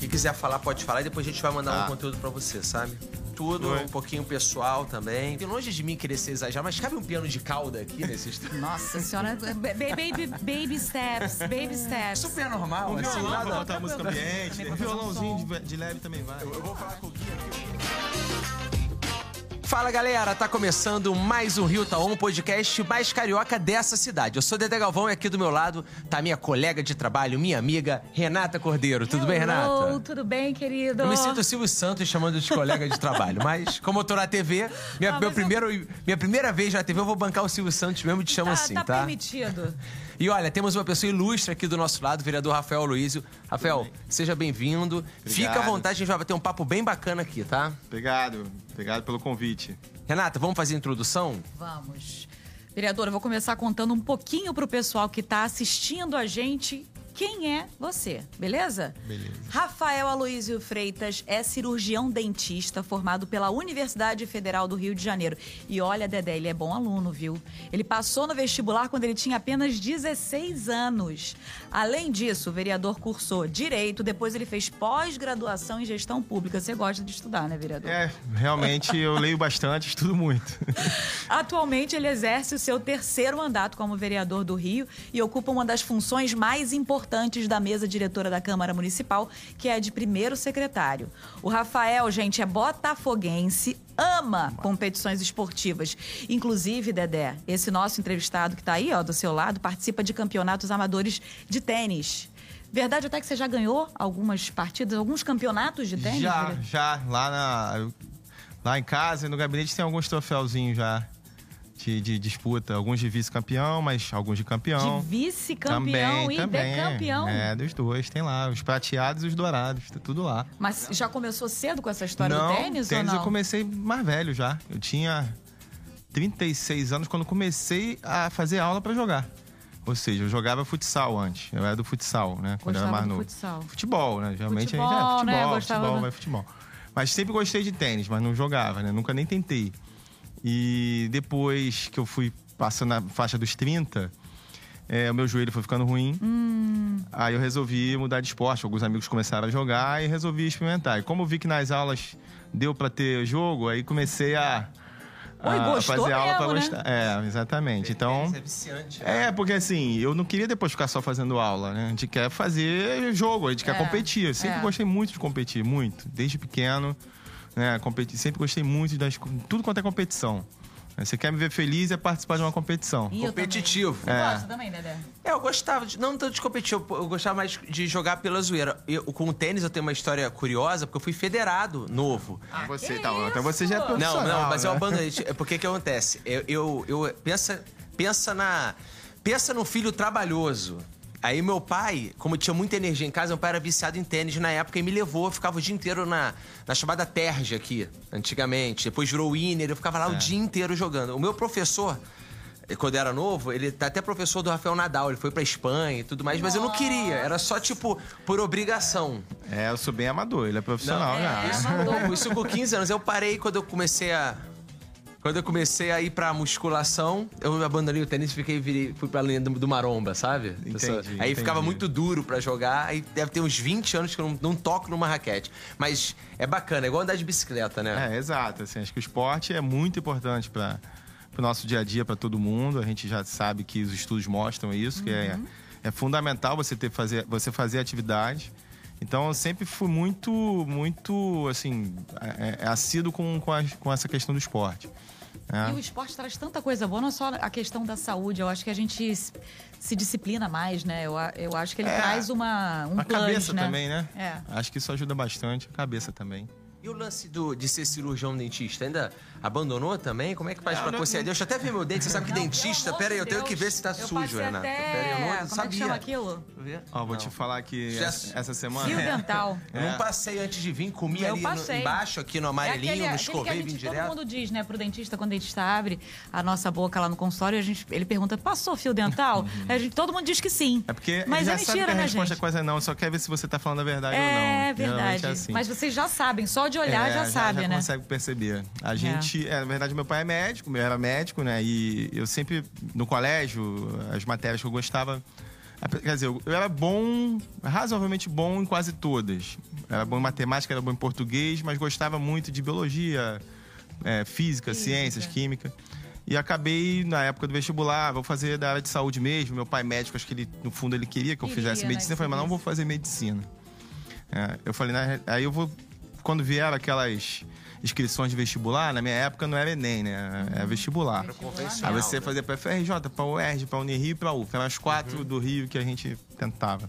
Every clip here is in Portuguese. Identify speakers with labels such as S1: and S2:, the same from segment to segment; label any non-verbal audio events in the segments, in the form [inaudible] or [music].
S1: Quem quiser falar, pode falar e depois a gente vai mandar
S2: Tá.
S1: um conteúdo pra você, sabe? Tudo,
S2: Oi.
S1: um pouquinho pessoal também. E longe de mim querer ser exagerado, mas cabe um piano de cauda aqui nesse [laughs] estúdio?
S3: Nossa senhora, é ba- baby, baby steps, baby steps.
S1: Super normal,
S2: Um
S1: assim,
S2: violão pra
S1: nada.
S2: botar música ambiente.
S3: Também
S2: Um
S3: pra fazer um
S2: violãozinho
S3: som.
S2: de, de leve também vai.
S1: Eu vou falar com o Gui Fala galera, tá começando mais um Rio Taon, podcast mais carioca dessa cidade. Eu sou Dedé Galvão e aqui do meu lado tá minha colega de trabalho, minha amiga Renata Cordeiro. Tudo bem,
S3: Hello,
S1: Renata?
S3: Tudo bem, querido?
S1: Eu me sinto Silvio Santos chamando de colega de trabalho,
S3: [laughs]
S1: mas como eu tô na TV, minha, meu
S3: Ah, mas eu-
S1: primeiro- minha primeira vez na TV, eu vou bancar o Silvio Santos mesmo e te chamo
S3: tá,
S1: assim,
S3: tá
S1: tá?
S3: permitido.
S1: E olha, temos uma pessoa ilustre aqui do nosso lado, o vereador Rafael Luizio. Rafael, seja bem-vindo. Fica à vontade, a gente vai bater um papo bem bacana aqui, tá?
S2: Obrigado, obrigado pelo convite.
S1: Renata, vamos fazer a introdução?
S3: Vamos. Vereadora, eu vou começar contando um pouquinho pro pessoal que tá assistindo a gente quem é você, beleza? Beleza. Rafael Aloysio Freitas é cirurgião dentista formado pela Universidade Federal do Rio de Janeiro. E olha, Dedé, ele é bom aluno, viu? Ele passou no vestibular quando ele tinha apenas 16 anos. Além disso, o vereador cursou direito, depois ele fez pós-graduação em gestão pública. Você gosta de estudar, né, vereador?
S2: É, realmente eu leio bastante, estudo muito.
S3: Atualmente, ele exerce o seu terceiro mandato como vereador do Rio e ocupa uma das funções mais importantes da mesa diretora da Câmara Municipal, que é de primeiro secretário. O Rafael, gente, é botafoguense, ama competições esportivas. Inclusive, Dedé, esse nosso entrevistado que tá aí, ó, do seu lado, participa de campeonatos amadores de tênis. Verdade até que você já ganhou algumas partidas, alguns campeonatos de tênis?
S2: já,
S3: Dedé?
S2: já. Lá, na, eu- lá em casa, no gabinete, tem alguns troféuzinhos já de, de disputa. Alguns de vice-campeão, mas alguns de campeão.
S3: De vice-campeão e decampeão.
S2: É, dos dois, tem lá. Os prateados e os dourados, tá tudo lá.
S3: Mas já começou cedo com essa história
S2: não,
S3: do tênis, ou não?
S2: eu comecei mais velho já. Eu tinha 36 anos quando comecei a fazer aula pra jogar. Ou seja, eu jogava futsal antes. Eu era do futsal, né? Quando eu
S3: Gostava
S2: era mais
S3: do
S2: novo.
S3: futsal.
S2: Futebol, né? Geralmente a gente é
S3: Futebol,
S2: futebol,
S3: né?
S2: futebol,
S3: Gostava do-
S2: vai futebol. Mas sempre gostei de tênis, mas não jogava, né? Nunca nem tentei. E depois que eu fui passando a faixa dos 30, é, o meu joelho foi ficando ruim. Aí eu resolvi mudar de esporte. Alguns amigos começaram a jogar e resolvi experimentar. E como eu vi que nas aulas deu pra ter jogo, aí comecei a,
S3: Oi, gostou
S2: fazer aula pra
S3: mesmo, né?
S2: gostar. É, exatamente. Então.
S1: É viciante.
S2: É, porque assim, eu não queria depois ficar só fazendo aula, né? A gente quer fazer jogo, a gente quer
S3: É,
S2: competir. Eu sempre
S3: é.
S2: gostei muito de competir, muito. Desde pequeno, né? Competi, sempre gostei muito das co- tudo quanto é competição. Você quer me ver feliz é participar de uma competição.
S3: Ih, eu
S1: Competitivo.
S3: também. Gosta também, Dedé?
S1: É, eu gostava, de, não tanto de competir, eu, eu gostava mais de jogar pela zoeira. Eu, com o tênis eu tenho uma história curiosa, porque eu fui federado novo.
S2: Ah, você,
S3: que
S2: tá,
S3: isso?
S2: então você já é
S3: Não,
S1: Não,
S2: profissional,
S1: não, mas
S2: né?
S1: eu abandonei. É porque que acontece? Eu, eu, eu- pensa, pensa na, pensa no filho trabalhoso. Aí meu pai, como tinha muita energia em casa, meu pai era viciado em tênis na época e me levou, eu ficava o dia inteiro na, na chamada Terge aqui, antigamente. Depois virou Winner, eu ficava lá o dia inteiro jogando. O meu professor, quando eu era novo, ele tá até professor do Rafael Nadal, ele foi pra Espanha e tudo mais, mas eu não queria, era só tipo por obrigação.
S2: É, eu sou bem amador, ele é profissional, né?
S3: É,
S1: Isso,
S3: amador.
S1: isso com 15 anos. Eu parei quando eu comecei a. Quando eu comecei a ir pra musculação, eu abandonei o tênis e fiquei, virei, fui pra linha do, do maromba, sabe?
S2: Entendi,
S1: Eu sou- aí
S2: entendi.
S1: ficava muito duro pra jogar, aí deve ter uns 20 anos que eu não, não toco numa raquete. Mas é bacana, é igual andar de bicicleta, né?
S2: É, exato. Assim, acho que o esporte é muito importante para o nosso dia a dia, para todo mundo. A gente já sabe que os estudos mostram isso, que é,
S3: Uhum.
S2: é fundamental você ter fazer, você fazer atividade. Então, eu sempre fui muito, muito, assim, é, é, assíduo com, com, as- com essa questão do esporte. né?
S3: E o esporte traz tanta coisa boa, não é só a questão da saúde. Eu acho que a gente s- se disciplina mais, né? Eu, a- eu acho que ele
S2: É.
S3: traz uma, um
S2: a
S3: plus,
S2: cabeça
S3: né?
S2: também, né?
S3: É.
S2: Acho que isso ajuda bastante. A cabeça também.
S1: E o lance do- de ser cirurgião dentista, ainda abandonou também? Como é que faz pra conciliar? Deixa eu até ver meu dente, você sabe que
S3: Não,
S1: dentista.
S3: pelo amor
S1: Pera aí,
S3: de
S1: eu tenho que ver
S3: Deus,
S1: se tá
S3: eu
S1: sujo,
S3: passei
S1: Renata.
S3: Até...
S1: Pera aí, eu não
S3: Como é que
S1: sabia.
S3: chama aquilo?
S1: Deixa eu ver.
S2: Ó, vou
S1: Não.
S2: te falar que
S1: Já-
S2: essa, essa semana...
S3: Fio dental.
S1: Eu
S2: É.
S1: não passei antes de vir, comi
S3: Eu
S1: ali no-
S3: passei.
S1: embaixo, aqui no amarelinho,
S3: é aquele,
S1: no
S3: aquele que a
S1: escovei, vim
S3: gente, todo
S1: direto.
S3: mundo diz, né, pro dentista, quando o dentista abre a nossa boca lá no consultório, a gente, ele pergunta, passou fio dental? a gente, todo mundo diz que sim.
S2: Uhum. É porque
S3: Mas
S2: já
S3: é
S2: sabe que
S3: mentira,
S2: a
S3: né,
S2: resposta
S3: gente?
S2: é quase não, só quer ver se você tá falando a verdade ou não.
S3: É
S2: Geralmente
S3: verdade.
S2: É assim.
S3: Mas vocês já sabem, só de olhar
S2: É,
S3: já, sabe,
S2: já
S3: né?
S2: consegue perceber. A gente, é, na verdade, meu pai é médico, era médico, né? E eu sempre, no colégio, as matérias que eu gostava. Quer dizer, eu eu era bom, razoavelmente bom em quase todas. Era bom em matemática, era bom em português, mas gostava muito de biologia, é, física,
S3: Física.
S2: ciências, química. E acabei, na época do vestibular, vou fazer da área de saúde mesmo. Meu pai médico, acho que ele, no fundo, ele queria que eu
S3: Queria,
S2: fizesse
S3: né,
S2: medicina. Eu falei, mas não vou fazer medicina. É, eu falei, na re- aí eu vou. Quando vieram aquelas inscrições de vestibular, na minha época não era Enem, né? Era vestibular. Aí você fazia pra FRJ, pra UERJ, pra Unirio e pra UF. Eram as quatro do Rio que a gente tentava.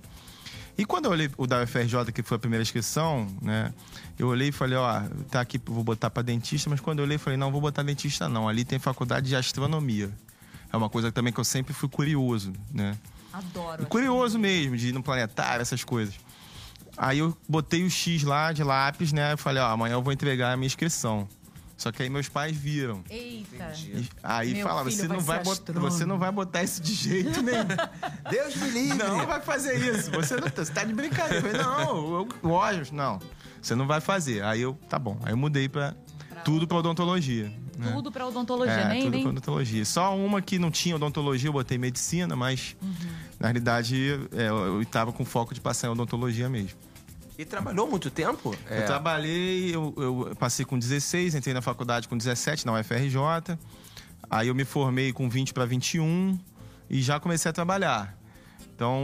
S2: E quando eu olhei o da UFRJ, que foi a primeira inscrição, né? Eu olhei e falei, ó, tá aqui, vou botar pra dentista, mas quando eu olhei, eu falei, não, vou botar dentista não. Ali tem faculdade de astronomia. É uma coisa também que eu sempre fui curioso, né?
S3: Adoro.
S2: Curioso mesmo, de ir no planetário, essas coisas. Aí eu botei o X lá de lápis, né? Eu falei, ó, amanhã eu vou entregar a minha inscrição. Só que aí meus pais viram.
S3: Eita.
S2: E aí
S3: Meu
S2: falaram,
S3: filho
S2: você
S3: vai
S2: não
S3: ser
S2: vai, botar,
S3: astrônomo."
S2: você não vai botar isso de jeito
S3: [laughs]
S2: nenhum.
S1: Deus me livre! [laughs]
S2: não vai fazer isso. Você, não, você tá de brincadeira. Eu falei, não, eu, eu olho, não. Você não vai fazer. Aí eu, tá bom. Aí eu mudei pra tudo pra odontologia. né?
S3: Tudo pra odontologia,
S2: É,
S3: nem,
S2: tudo
S3: nem.
S2: com odontologia. Só uma que não tinha odontologia, eu botei medicina, mas
S3: Uhum.
S2: na realidade é, eu estava com foco de passar em odontologia mesmo.
S1: E trabalhou muito tempo? É.
S2: Eu trabalhei, eu, eu passei com 16, entrei na faculdade com 17, na UFRJ. Aí eu me formei com 20 para 21 e já comecei a trabalhar. Então.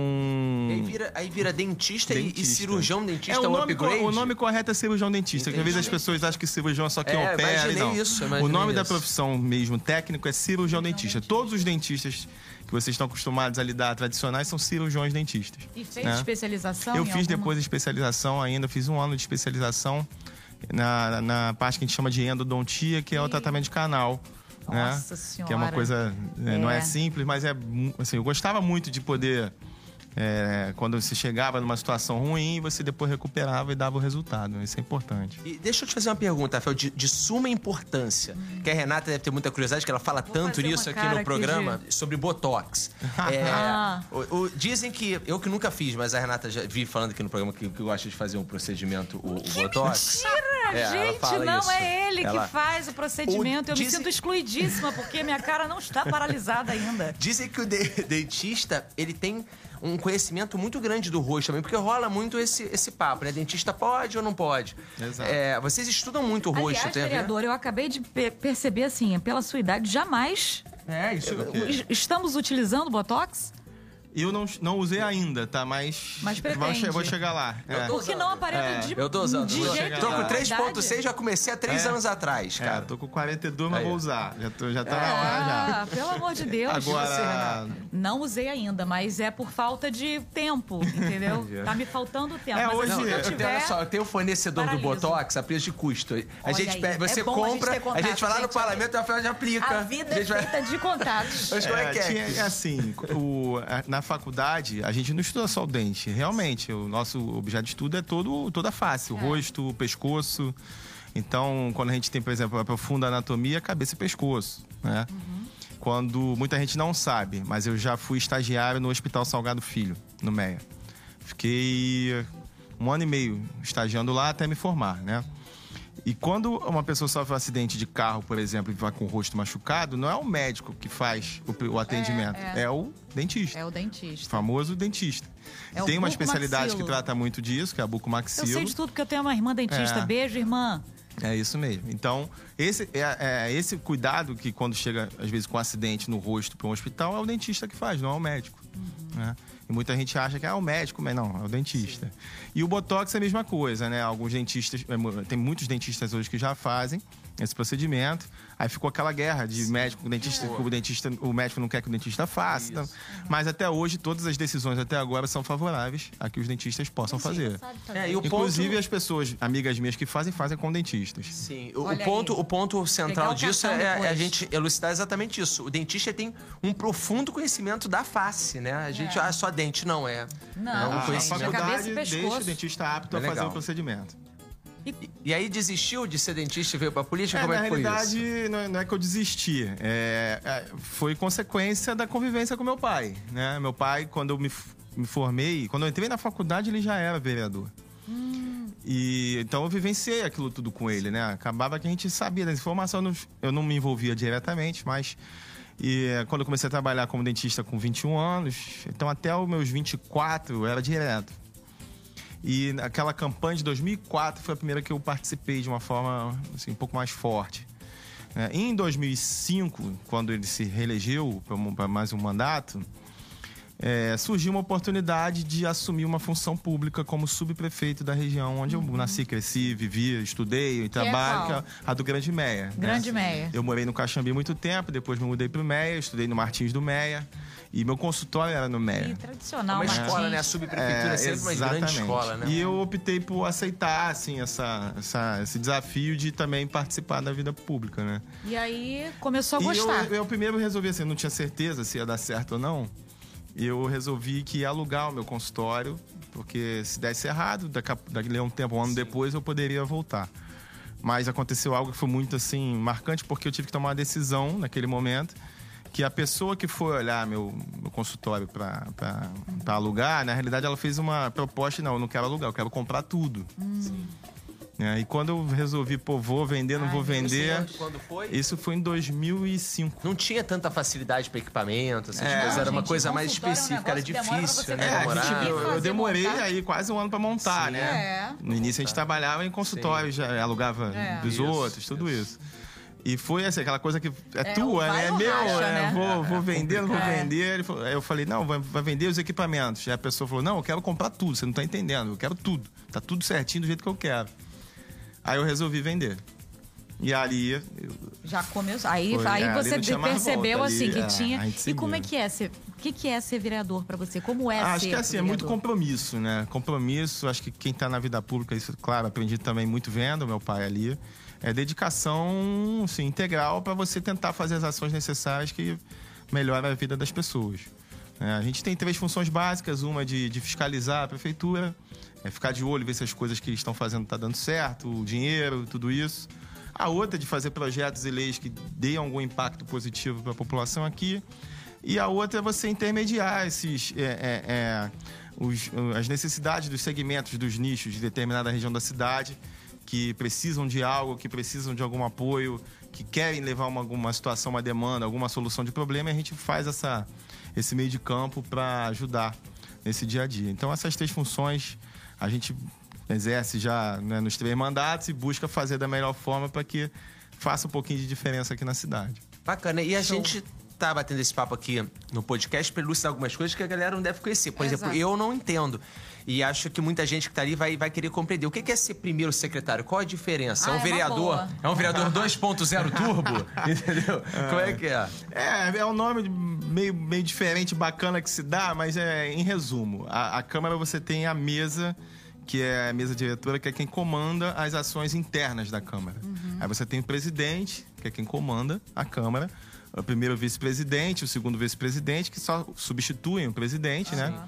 S1: E Aí vira, aí vira dentista, e- E,
S2: Dentista.
S1: cirurgião dentista,
S2: É, o,
S1: um
S2: nome, co-
S1: upgrade.
S2: o nome correto é cirurgião dentista. que Às
S1: Entendi.
S2: vezes as pessoas acham que cirurgião é só quem
S1: É,
S2: opera. e
S1: imaginei
S2: Não.
S1: isso,
S2: o
S1: imaginei
S2: nome da
S1: isso.
S2: profissão mesmo técnico é cirurgião dentista. Todos os dentistas que vocês estão acostumados a lidar tradicionais são cirurgiões dentistas.
S3: E fez
S2: né?
S3: especialização?
S2: Eu
S3: em
S2: fiz
S3: alguma-
S2: depois a especialização ainda, eu fiz um ano de especialização na, na parte que a gente chama de endodontia, que é o tratamento de canal. né?
S3: Nossa Senhora.
S2: Que é uma coisa. né, Não
S3: É.
S2: é simples, mas é. mu- Assim, eu gostava muito de poder. é, quando você chegava numa situação ruim, você depois recuperava e dava o resultado. Isso é importante.
S1: E deixa eu te fazer uma pergunta, Rafael, de, de suma importância. Que a Renata deve ter muita curiosidade, que ela fala
S3: Vou
S1: tanto
S3: fazer uma
S1: nisso aqui
S3: cara
S1: no
S3: aqui
S1: programa, sobre [laughs] Botox. É,
S3: Ah.
S1: o- o- dizem que. Eu que nunca fiz, mas a Renata já vi falando aqui no programa que, que gosta de fazer um procedimento, o, o Botox.
S3: Mentira,
S1: É, ela
S3: gente,
S1: fala
S3: não
S1: isso.
S3: é ele
S1: Ela-
S3: que faz o procedimento.
S1: O-
S3: Eu me
S1: dizem-
S3: sinto excluidíssima porque minha cara não está paralisada
S2: [laughs]
S3: ainda.
S1: Dizem que o de- [laughs] dentista, ele tem um conhecimento muito grande do rosto também, porque rola muito esse, esse papo, né? Dentista pode ou não pode?
S2: Exato.
S1: É, vocês estudam muito o rosto,
S3: Aliás,
S1: tem a ver?
S3: vereador, eu acabei de pe- perceber assim, pela sua idade, jamais
S1: É, isso.
S3: es- estamos utilizando botox?
S2: Eu não, não usei ainda, tá? Mas.
S3: Mas
S2: vou
S3: pretende.
S2: che- vou chegar lá. É.
S1: tô-
S3: Porque não aparelho de
S1: Eu tô usando.
S3: de
S1: eu tô-
S3: jeito
S1: Tô com
S3: nenhum.
S1: 3.6, já comecei há 3
S2: É.
S1: anos atrás,
S2: É,
S1: cara.
S2: tô com 42, mas
S1: Aí, ó.
S2: vou usar. Já, tô, já tá na hora já.
S3: Ah, pelo amor de Deus.
S1: você,
S2: Agora.
S1: Renato?
S3: Não usei ainda, mas é por falta de tempo, entendeu? tá me faltando tempo.
S2: É,
S3: mas
S2: hoje-
S3: assim que eu
S2: eu tenho-
S1: Tem,
S3: tiver...
S1: olha só, tem o fornecedor
S3: paralisa.
S1: do Botox a preço de custo. A
S3: Olha
S1: gente
S3: aí,
S1: pede, você
S3: é bom a gente
S1: compra, a
S3: ter
S1: gente,
S3: contato,
S1: vai lá no
S3: gente,
S1: parlamento e o Rafael já aplica.
S3: A vida
S1: A
S3: é
S1: gente vai-
S3: feita de
S2: [laughs]
S3: contatos.
S1: Mas como é, que é?
S2: tinha- é assim, o- a- na faculdade, a gente não estuda só o dente. Realmente, o nosso objeto de estudo é todo, toda a face, o rosto, o pescoço. Então, quando a gente tem, por exemplo, a profunda anatomia, é cabeça e pescoço, né? Quando muita gente não sabe, mas eu já fui estagiário no Hospital Salgado Filho, no MEA. Fiquei um ano e meio estagiando lá até me formar, né? E quando uma pessoa sofre um acidente de carro, por exemplo, e vai com o rosto machucado, não é o médico que faz o, o atendimento,
S3: É,
S2: é, o dentista.
S3: É o dentista.
S2: Famoso dentista.
S3: É o
S2: Tem uma
S3: bucomaxilo.
S2: especialidade que trata muito disso, que é a
S3: Eu
S2: bucomaxilo.
S3: sei de tudo porque eu tenho uma irmã dentista.
S2: É.
S3: Beijo, irmã.
S2: É isso mesmo. Então, esse, é, é esse cuidado que quando chega, às vezes, com um acidente no rosto para um hospital, é o dentista que faz, não é o médico. né? E muita gente acha que ah, é o médico, mas não, é o dentista. E o Botox é a mesma coisa, né? Alguns dentistas, é, mu- tem muitos dentistas hoje que já fazem esse procedimento. Aí ficou aquela guerra de médico com dentista, que o dentista, o médico não quer que o dentista faça. então- mas até hoje, todas as decisões até agora são favoráveis a que os dentistas possam fazer.
S3: tá
S1: É, e o
S2: Inclusive,
S1: ponto...
S2: as pessoas, amigas minhas que fazem, fazem com dentistas.
S1: Sim, o, o
S3: Olha
S1: ponto,
S3: aí.
S1: o ponto
S3: Pegar
S1: central
S3: o
S1: disso
S3: cartão
S1: é, é a
S3: depois.
S1: gente elucidar exatamente isso. O dentista tem um profundo conhecimento da face, né? A gente,
S3: É.
S1: ah, só dente, não é.
S3: Não,
S1: é
S2: Então,
S1: um
S3: gente,
S1: conhecimento.
S3: a Ah, cabeça e pescoço.
S2: deixa o dentista apto
S1: É
S2: a fazer
S1: legal.
S2: o procedimento.
S1: E aí desistiu de ser dentista e veio pra política?
S2: É,
S1: Como é
S2: na
S1: que foi isso?
S2: realidade, não é- não é que eu desisti. É, é, foi consequência da convivência com meu pai. Né? Meu pai, quando eu me, f- me formei, quando eu entrei na faculdade, ele já era vereador. E então eu vivenciei aquilo tudo com ele, né? Acabava que a gente sabia da informação, eu não, eu não me envolvia diretamente, mas e eh, quando eu comecei a trabalhar como dentista com 21 anos, então até os meus 24 eu era direto. E aquela campanha de 2004 foi a primeira que eu participei de uma forma assim, um pouco mais forte. né? Em 2005, quando ele se reelegeu para mais um mandato, eh, surgiu uma oportunidade de assumir uma função pública como subprefeito da região onde
S3: Uhum.
S2: eu nasci, cresci, vivi, estudei e trabalho, que é
S3: qual?
S2: a do Grande Meia. né?
S3: Grande Meia.
S2: Eu morei no Caxambi muito tempo, depois me mudei pro Meia, estudei no Martins do Meia. E meu consultório era no Meia.
S3: E tradicional,
S1: uma escola,
S3: Martins.
S1: né? A subprefeitura é, sempre uma grande
S2: exatamente.
S1: escola, né?
S2: E eu optei por aceitar, assim, essa, essa- esse desafio de também participar da vida pública, né?
S3: E aí começou a
S2: e eu,
S3: gostar.
S2: eu primeiro resolvi, assim, eu não tinha certeza se ia dar certo ou não. Eu resolvi que ia alugar o meu consultório, porque se desse errado, daqui a, daqui a um tempo, um ano depois, eu poderia voltar. Mas aconteceu algo que foi muito, assim, marcante, porque eu tive que tomar uma decisão naquele momento que a pessoa que foi olhar meu, meu consultório para alugar, na realidade ela fez uma proposta, não, eu não quero alugar, eu quero comprar tudo. Né? E quando eu resolvi, pô, vou vender, não
S3: Hum. Ai,
S2: vou
S3: meu
S2: vender,
S1: Você, Quando foi?
S2: isso foi em 2005.
S1: Não tinha tanta facilidade para equipamento, essas
S2: É.
S1: coisas. Era
S3: Não,
S1: uma
S3: gente,
S1: coisa mais
S3: consultório é um
S1: específica, era
S3: negócio que demora pra você um
S1: difícil,
S2: É,
S1: né?
S2: a gente-
S1: Demorava.
S2: eu, eu
S3: Fazer,
S2: demorei
S3: montar.
S2: aí quase um ano pra montar,
S1: Sim.
S2: né?
S3: É.
S2: No início a gente trabalhava em consultórios, já alugava
S3: É.
S2: dos
S1: Isso,
S2: outros, tudo isso. E foi assim, aquela coisa que é,
S3: É, o
S2: tua,
S3: vai
S2: né? É
S3: ou
S2: meu,
S3: racha,
S2: é,
S3: né?
S2: vou, vou vender, não vou
S3: complicado.
S2: vender. Ele falou- aí eu falei, não, vai, vai vender os equipamentos. E a pessoa falou, não, eu quero comprar tudo, você não tá entendendo, eu quero tudo. Tá tudo certinho do jeito que eu quero. Aí eu resolvi vender. E ali, eu-
S3: Já começou. Aí,
S2: Foi,
S3: aí
S2: é, ali
S3: você
S2: não tinha mais
S3: percebeu
S2: volta,
S3: assim
S2: ali,
S3: que
S2: é,
S3: tinha.
S2: a gente
S3: E como é
S2: seguiu.
S3: que é ser. O que, que é ser vereador pra você? Como é
S2: acho
S3: ser
S2: que assim, é
S3: vereador?
S2: muito compromisso, né? Compromisso, acho que quem tá na vida pública, isso, claro, aprendi também muito vendo meu pai ali. É dedicação assim, integral para você tentar fazer as ações necessárias que melhoram a vida das pessoas. É, a gente tem três funções básicas: uma de, de fiscalizar a prefeitura, é ficar de olho, ver se as coisas que estão fazendo tá dando certo, o dinheiro, tudo isso. A outra é de fazer projetos e leis que deem algum impacto positivo para a população aqui. E a outra é você intermediar esses, é, é, é, os- as necessidades dos segmentos, dos nichos de determinada região da cidade que precisam de algo, que precisam de algum apoio, que querem levar uma, alguma situação, uma demanda, alguma solução de problema, e a gente faz essa, esse meio de campo para ajudar nesse dia a dia. Então, essas três funções a gente exerce já né, nos três mandatos e busca fazer da melhor forma para que faça um pouquinho de diferença aqui na cidade.
S1: Bacana. E a gente tá batendo esse papo aqui no podcast para elucidar algumas coisas que a galera não deve conhecer. Por exemplo,
S3: Exato.
S1: eu não entendo. E acho que muita gente que tá ali vai, vai querer compreender. O que que é ser primeiro secretário? Qual a diferença?
S3: Ah,
S1: é
S3: é
S1: um
S3: uma
S1: vereador?
S3: boa.
S1: É um
S3: [laughs]
S1: vereador 2.0 turbo? Entendeu? Como é que é?
S2: É, é um nome de- meio, meio diferente, bacana que se dá, mas é em resumo. A, a Câmara você tem a mesa, que é a mesa diretora, que é quem comanda as ações internas da Câmara. Aí você tem o presidente, que é quem comanda a Câmara. O primeiro vice-presidente, o segundo vice-presidente, que só substituem o presidente, né?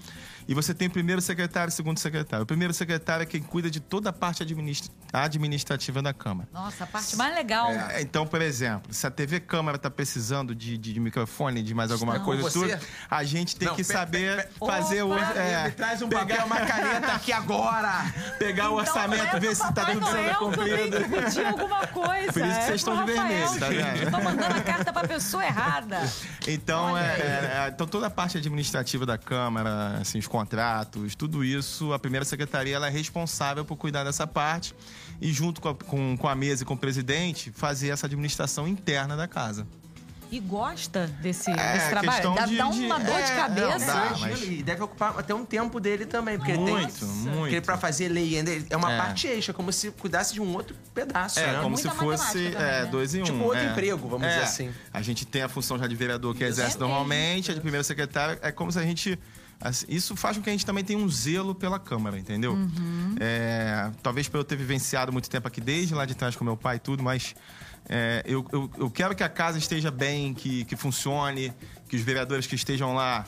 S2: E você tem o primeiro secretário e o segundo secretário. O primeiro secretário é quem cuida de toda a parte administ- administrativa da Câmara.
S3: Nossa, a parte mais legal.
S2: É, então, por exemplo, se a TV Câmara tá precisando de, de- de microfone, de mais alguma
S3: Não.
S2: coisa,
S1: Você-
S2: tudo, a gente tem
S1: Não,
S2: que
S1: pe-
S2: saber fazer o.
S3: Opa!
S2: é,
S1: Traz um
S2: pegar,
S1: papel, uma caneta aqui agora!
S3: [laughs]
S2: pegar o orçamento, ver se tá
S3: é Então, Papai
S2: dando
S3: Noel
S2: dívida
S3: também
S2: cumprida.
S3: que pedir alguma coisa.
S2: Por isso que
S3: É
S2: vocês estão
S3: pro
S2: de
S3: Rafael,
S2: vermelho, tá
S3: gente.
S2: vendo?
S3: Tô mandando a carta pra pessoa errada.
S2: Então,
S3: Olha
S2: é,
S3: aí.
S2: é, é, então, toda a parte administrativa da Câmara, assim, os contratos, tudo isso, a primeira secretaria ela é responsável por cuidar dessa parte e, junto com a, com- com a mesa e com o presidente, fazer essa administração interna da casa.
S3: E gosta desse,
S2: É,
S3: desse trabalho.
S2: questão
S3: Dá,
S2: de-
S3: dá uma
S2: de-
S3: dor
S2: é,
S3: de
S2: não,
S3: cabeça.
S2: dá. Ah,
S1: Imagino,
S2: mas-
S1: E deve ocupar até um tempo dele também, porque ele
S2: Muito,
S1: tem.
S2: muito.
S1: Porque pra fazer lei ainda é uma
S2: É.
S1: parte extra, como se cuidasse de um outro pedaço,
S2: É,
S1: né?
S2: como
S3: Muita
S2: se fosse
S3: matemática também,
S2: é,
S3: né?
S2: dois em um.
S1: Tipo outro
S2: é.
S1: emprego, vamos
S2: É.
S1: dizer assim.
S2: A gente tem a função já de vereador que
S3: É
S2: exerce
S3: mesmo.
S2: normalmente, a de primeiro secretário. É como se a gente. assim, Isso faz com que a gente também tenha um zelo pela Câmara, entendeu?
S3: Uhum.
S2: É, talvez por eu ter vivenciado muito tempo aqui desde lá de trás com meu pai e tudo, mas é, eu, eu, eu quero que a casa esteja bem, que, que funcione, que os vereadores que estejam lá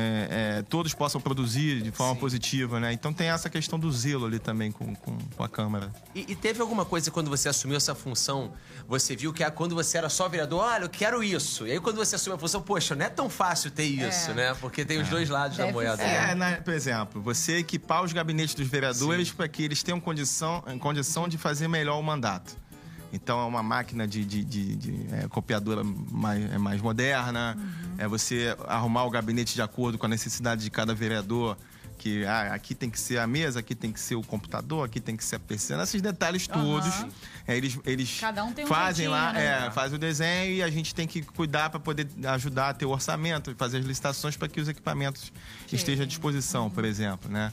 S2: é, é, todos possam produzir de forma positiva, né? Então tem essa questão do zelo ali também com, com, com a Câmara.
S1: E, e teve alguma coisa quando você assumiu essa função, você viu que ah, quando você era só vereador, olha, eu quero isso. E aí quando você assume a função, poxa, não é tão fácil ter isso,
S3: É.
S1: né? Porque tem os dois lados da
S3: Deve
S1: moeda.
S3: ser.
S1: né?
S2: É, na- por exemplo, você equipar os gabinetes dos vereadores para que eles tenham condição, condição de fazer melhor o mandato. Então, é uma máquina de, de- de- de, é, copiadora mais, é mais moderna,
S3: Uhum.
S2: é você arrumar o gabinete de acordo com a necessidade de cada vereador. Que ah, aqui tem que ser a mesa, aqui tem que ser o computador, aqui tem que ser a persiana, esses detalhes todos.
S3: Aham.
S2: É, eles eles
S3: Cada um tem um
S2: fazem lá,
S3: jeitinho, né?
S2: é, faz o desenho e a gente tem que cuidar para poder ajudar a ter o orçamento, fazer as licitações para que os equipamentos estejam à disposição, por exemplo, né?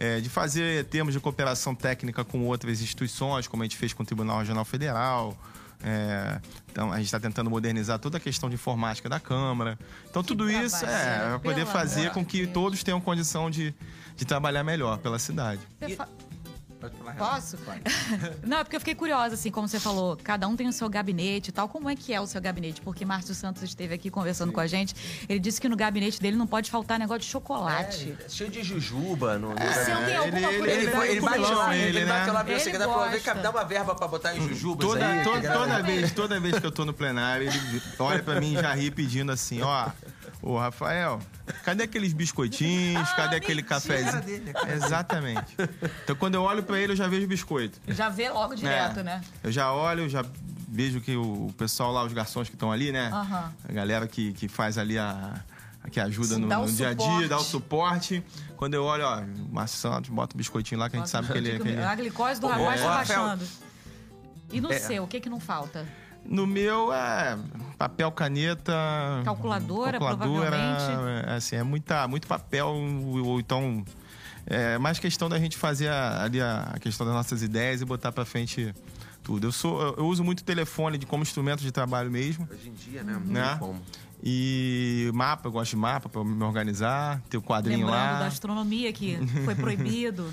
S2: É, de fazer termos de cooperação técnica com outras instituições, como a gente fez com o Tribunal Regional Federal. É, então a gente está tentando modernizar toda a questão de informática da Câmara. Então tudo
S3: trabalho,
S2: isso
S3: né?
S2: é pra poder
S3: Pelo
S2: fazer
S3: amor
S2: com
S3: de
S2: que
S3: Deus.
S2: todos tenham condição de, de trabalhar melhor pela cidade.
S3: Você fa-
S1: Pode falar, Renata.
S3: Posso? Não, é porque eu fiquei curiosa, assim, como você falou, cada um tem o seu gabinete e tal. Como é que é o seu gabinete? Porque Márcio Santos esteve aqui conversando com a gente. Ele disse que no gabinete dele não pode faltar negócio de chocolate.
S1: É, cheio de jujuba no. no
S3: Você não É, tem alguma
S2: É, ele-
S3: curiosidade
S1: Ele, foi- ele
S3: com
S1: bateu
S2: Comilão,
S1: lá,
S3: chocolate?
S1: ele,
S2: ele,
S1: bateu lá pra
S3: né?
S1: você que
S3: Ele
S1: dá pra vem cá,
S3: gosta.
S1: dá uma verba pra botar em jujubas
S2: Toda,
S1: aí.
S2: toda,
S1: que dá-
S2: toda vez, toda vez que eu tô no plenário, ele olha pra mim e já ri pedindo assim, ó. Ô, Rafael, cadê aqueles biscoitinhos?
S3: Ah,
S2: cadê aquele
S3: mentira
S2: cafezinho?
S1: dele,
S2: Exatamente. Então, quando eu olho pra ele, eu É. já vejo biscoito.
S3: Já vê logo direto,
S2: É.
S3: né?
S2: Eu já olho, eu já vejo que o pessoal lá, os garçons que estão ali, né?
S3: Aham.
S2: A galera que, que faz ali a. a Que ajuda no,
S3: Dá o
S2: no dia a
S3: suporte.
S2: dia, dá o suporte. Quando eu olho, ó, o Márcio Santos bota o biscoitinho lá que a gente sabe que ele, é que ele-
S3: A glicose do
S1: Ô,
S3: rapaz
S1: ô,
S3: tá
S1: Rafael.
S3: baixando. E no
S1: É.
S3: seu, o que que não falta?
S2: No meu é papel, caneta,
S3: Calculadora, provavelmente.
S2: é, assim, é muita, muito papel ou, ou então é mais questão da gente fazer a- ali a, a questão das nossas ideias e botar pra frente tudo. Eu sou eu- eu uso muito telefone de como instrumento de trabalho mesmo,
S1: Hoje em dia, né? Não
S2: né?
S1: tem como.
S2: E mapa, eu gosto de mapa pra me organizar, ter o quadrinho
S3: Lembrando
S2: lá.
S3: da astronomia que foi proibido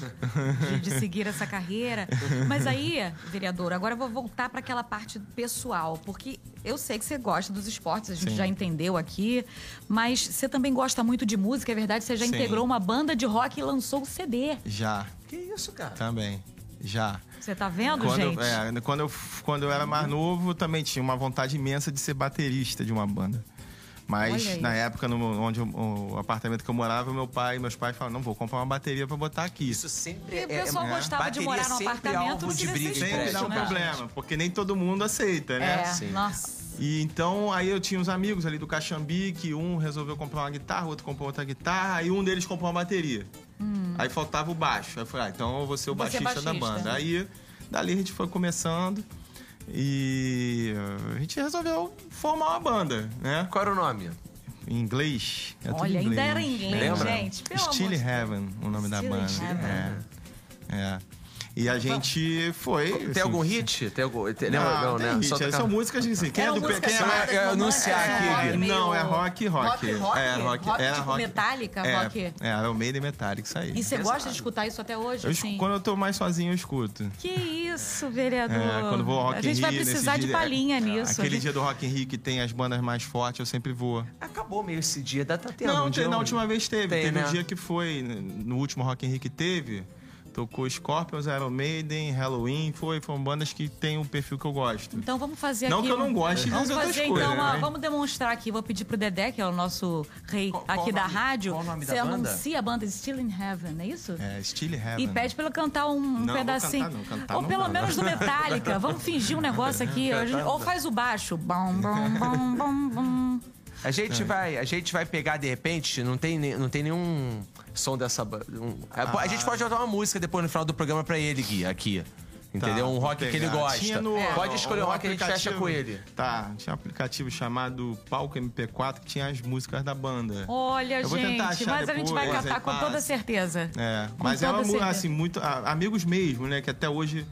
S3: de, de seguir essa carreira. Mas aí, vereador, agora eu vou voltar para aquela parte pessoal, porque eu sei que você gosta dos esportes, a gente
S2: Sim.
S3: já entendeu aqui, mas você também gosta muito de música, é verdade? Você já
S2: Sim.
S3: integrou uma banda de rock e lançou um o CD.
S2: Já,
S1: Que isso, cara?
S3: Tá.
S2: também. Já.
S3: Você tá vendo,
S2: Quando,
S3: gente?
S2: eu, é, quando, eu, quando eu era mais novo, também tinha uma vontade imensa de ser baterista de uma banda.
S3: Olha
S2: Mas
S3: aí.
S2: na época, no, onde eu- o apartamento que eu morava, meu pai, meus pais falaram: não, vou comprar uma bateria pra botar aqui.
S1: Isso sempre é,
S3: E o pessoal gostava de
S1: bateria
S3: morar num
S1: sempre
S3: apartamento,
S1: alvo
S3: não
S1: de
S3: queria
S1: briga
S3: ser
S1: e
S2: sempre
S1: treta,
S3: exposto,
S2: dá um
S3: né?
S2: problema, porque nem todo mundo aceita, né?
S3: É,
S1: Sim.
S3: nossa.
S2: E então, aí eu tinha uns amigos ali do Caxambi, que um resolveu comprar uma guitarra, o outro comprou outra guitarra, aí um deles comprou uma bateria. Aí faltava o baixo. Aí eu falei, ah, então eu vou ser o
S3: Hum. Você é
S2: baixista, da
S3: baixista.
S2: banda. Aí, dali a gente foi começando e eh, a gente resolveu formar uma banda, né?
S1: Qual era o nome?
S2: Em inglês. É tudo
S3: Olha,
S2: inglês.
S3: ainda era em inglês,
S1: Lembra?
S3: gente. Pelo amor
S2: Steely
S3: de Deus.
S2: Heaven, o nome da
S3: Steely
S2: banda.
S3: Heaven.
S2: É. é. E a gente foi. assim,
S1: Tem algum hit? Tem algum. Tem,
S2: Não,
S1: não, não,
S2: Ah, tem
S1: né?
S2: hit.
S1: Só
S2: Aí
S1: tocar-
S2: São músicas assim. Quem é do
S3: Eram músicas
S2: quem é mais-
S3: chamadas
S1: eu
S3: românticas,
S1: anunciar aqui,
S3: rock
S1: Gui.
S3: meio-
S2: Não, é rock, rock.
S3: Rock, rock?
S2: É, rock.
S3: Rock,
S2: era
S3: tipo
S2: rock.
S3: Metallica,
S2: é,
S3: rock?
S2: É, era o meio e Metallica, isso aí.
S3: E você gosta de
S1: Exato.
S3: escutar isso é até hoje?
S2: Eu
S3: assim?
S2: escu- Quando eu tô mais sozinho, eu escuto.
S3: Que isso, vereador.
S2: É, quando vou ao Rock
S3: a
S2: in
S3: gente vai
S2: Rio, nesse
S3: precisar de
S2: dia- é,
S3: palhinha nisso. né?
S2: Aquele dia do Rock in Rio que tem as bandas mais fortes, eu sempre vou.
S1: Acabou meio esse dia, dá até
S2: não, tem- na última vez teve.
S1: Tem,
S2: teve
S1: né?
S2: um dia que foi, no último Rock in Rio que teve, tocou Scorpions, Iron Maiden, Halloween, foi, foram bandas que tem um perfil que eu gosto.
S3: Então vamos fazer
S2: Não
S3: aqui.
S2: que eu não goste
S3: Vamos
S2: das outras
S3: fazer
S2: coisas,
S3: então,
S2: né?
S3: ó, vamos demonstrar aqui. Vou pedir pro Dedé, que é o nosso rei
S1: Qual- qual
S3: aqui
S1: o
S3: da
S1: nome-
S3: rádio.
S1: qual o nome da
S3: você
S1: banda?
S3: anuncia a banda Still in Heaven, é isso?
S2: É, Steely
S3: E
S2: Heaven.
S3: pede pra ele cantar um um
S2: Não, vou
S3: pedacinho.
S2: cantar não, cantar
S3: ou
S2: não
S3: pelo
S2: dá. né?
S3: menos do Metallica. Vamos fingir um negócio aqui. A gente- ou faz o baixo. Bom, bom, bom, bom, bom.
S1: A gente, vai, a gente vai pegar, de repente, não tem, ne- não tem nenhum som dessa. ba- um- a- A gente pode botar uma música depois no final do programa pra ele, Gui, aqui.
S2: Ah. Tá,
S1: Entendeu? um
S2: vou
S1: rock que
S2: pegar.
S1: ele gosta.
S2: Tinha no- um
S1: Pode escolher o rock que a gente fecha
S2: aplicativo-
S1: com ele.
S2: Tá, tinha um aplicativo chamado Palco MP4 que tinha as músicas da banda.
S3: Olha,
S2: Eu vou tentar
S3: gente.
S2: achar
S3: Mas a gente vai
S2: depois,
S3: cantar
S2: aí
S3: com toda
S2: passa.
S3: certeza.
S2: É, mas é uma,
S3: toda
S2: mu-
S3: certeza.
S2: assim, muito. a- amigos mesmo, né? Que até hoje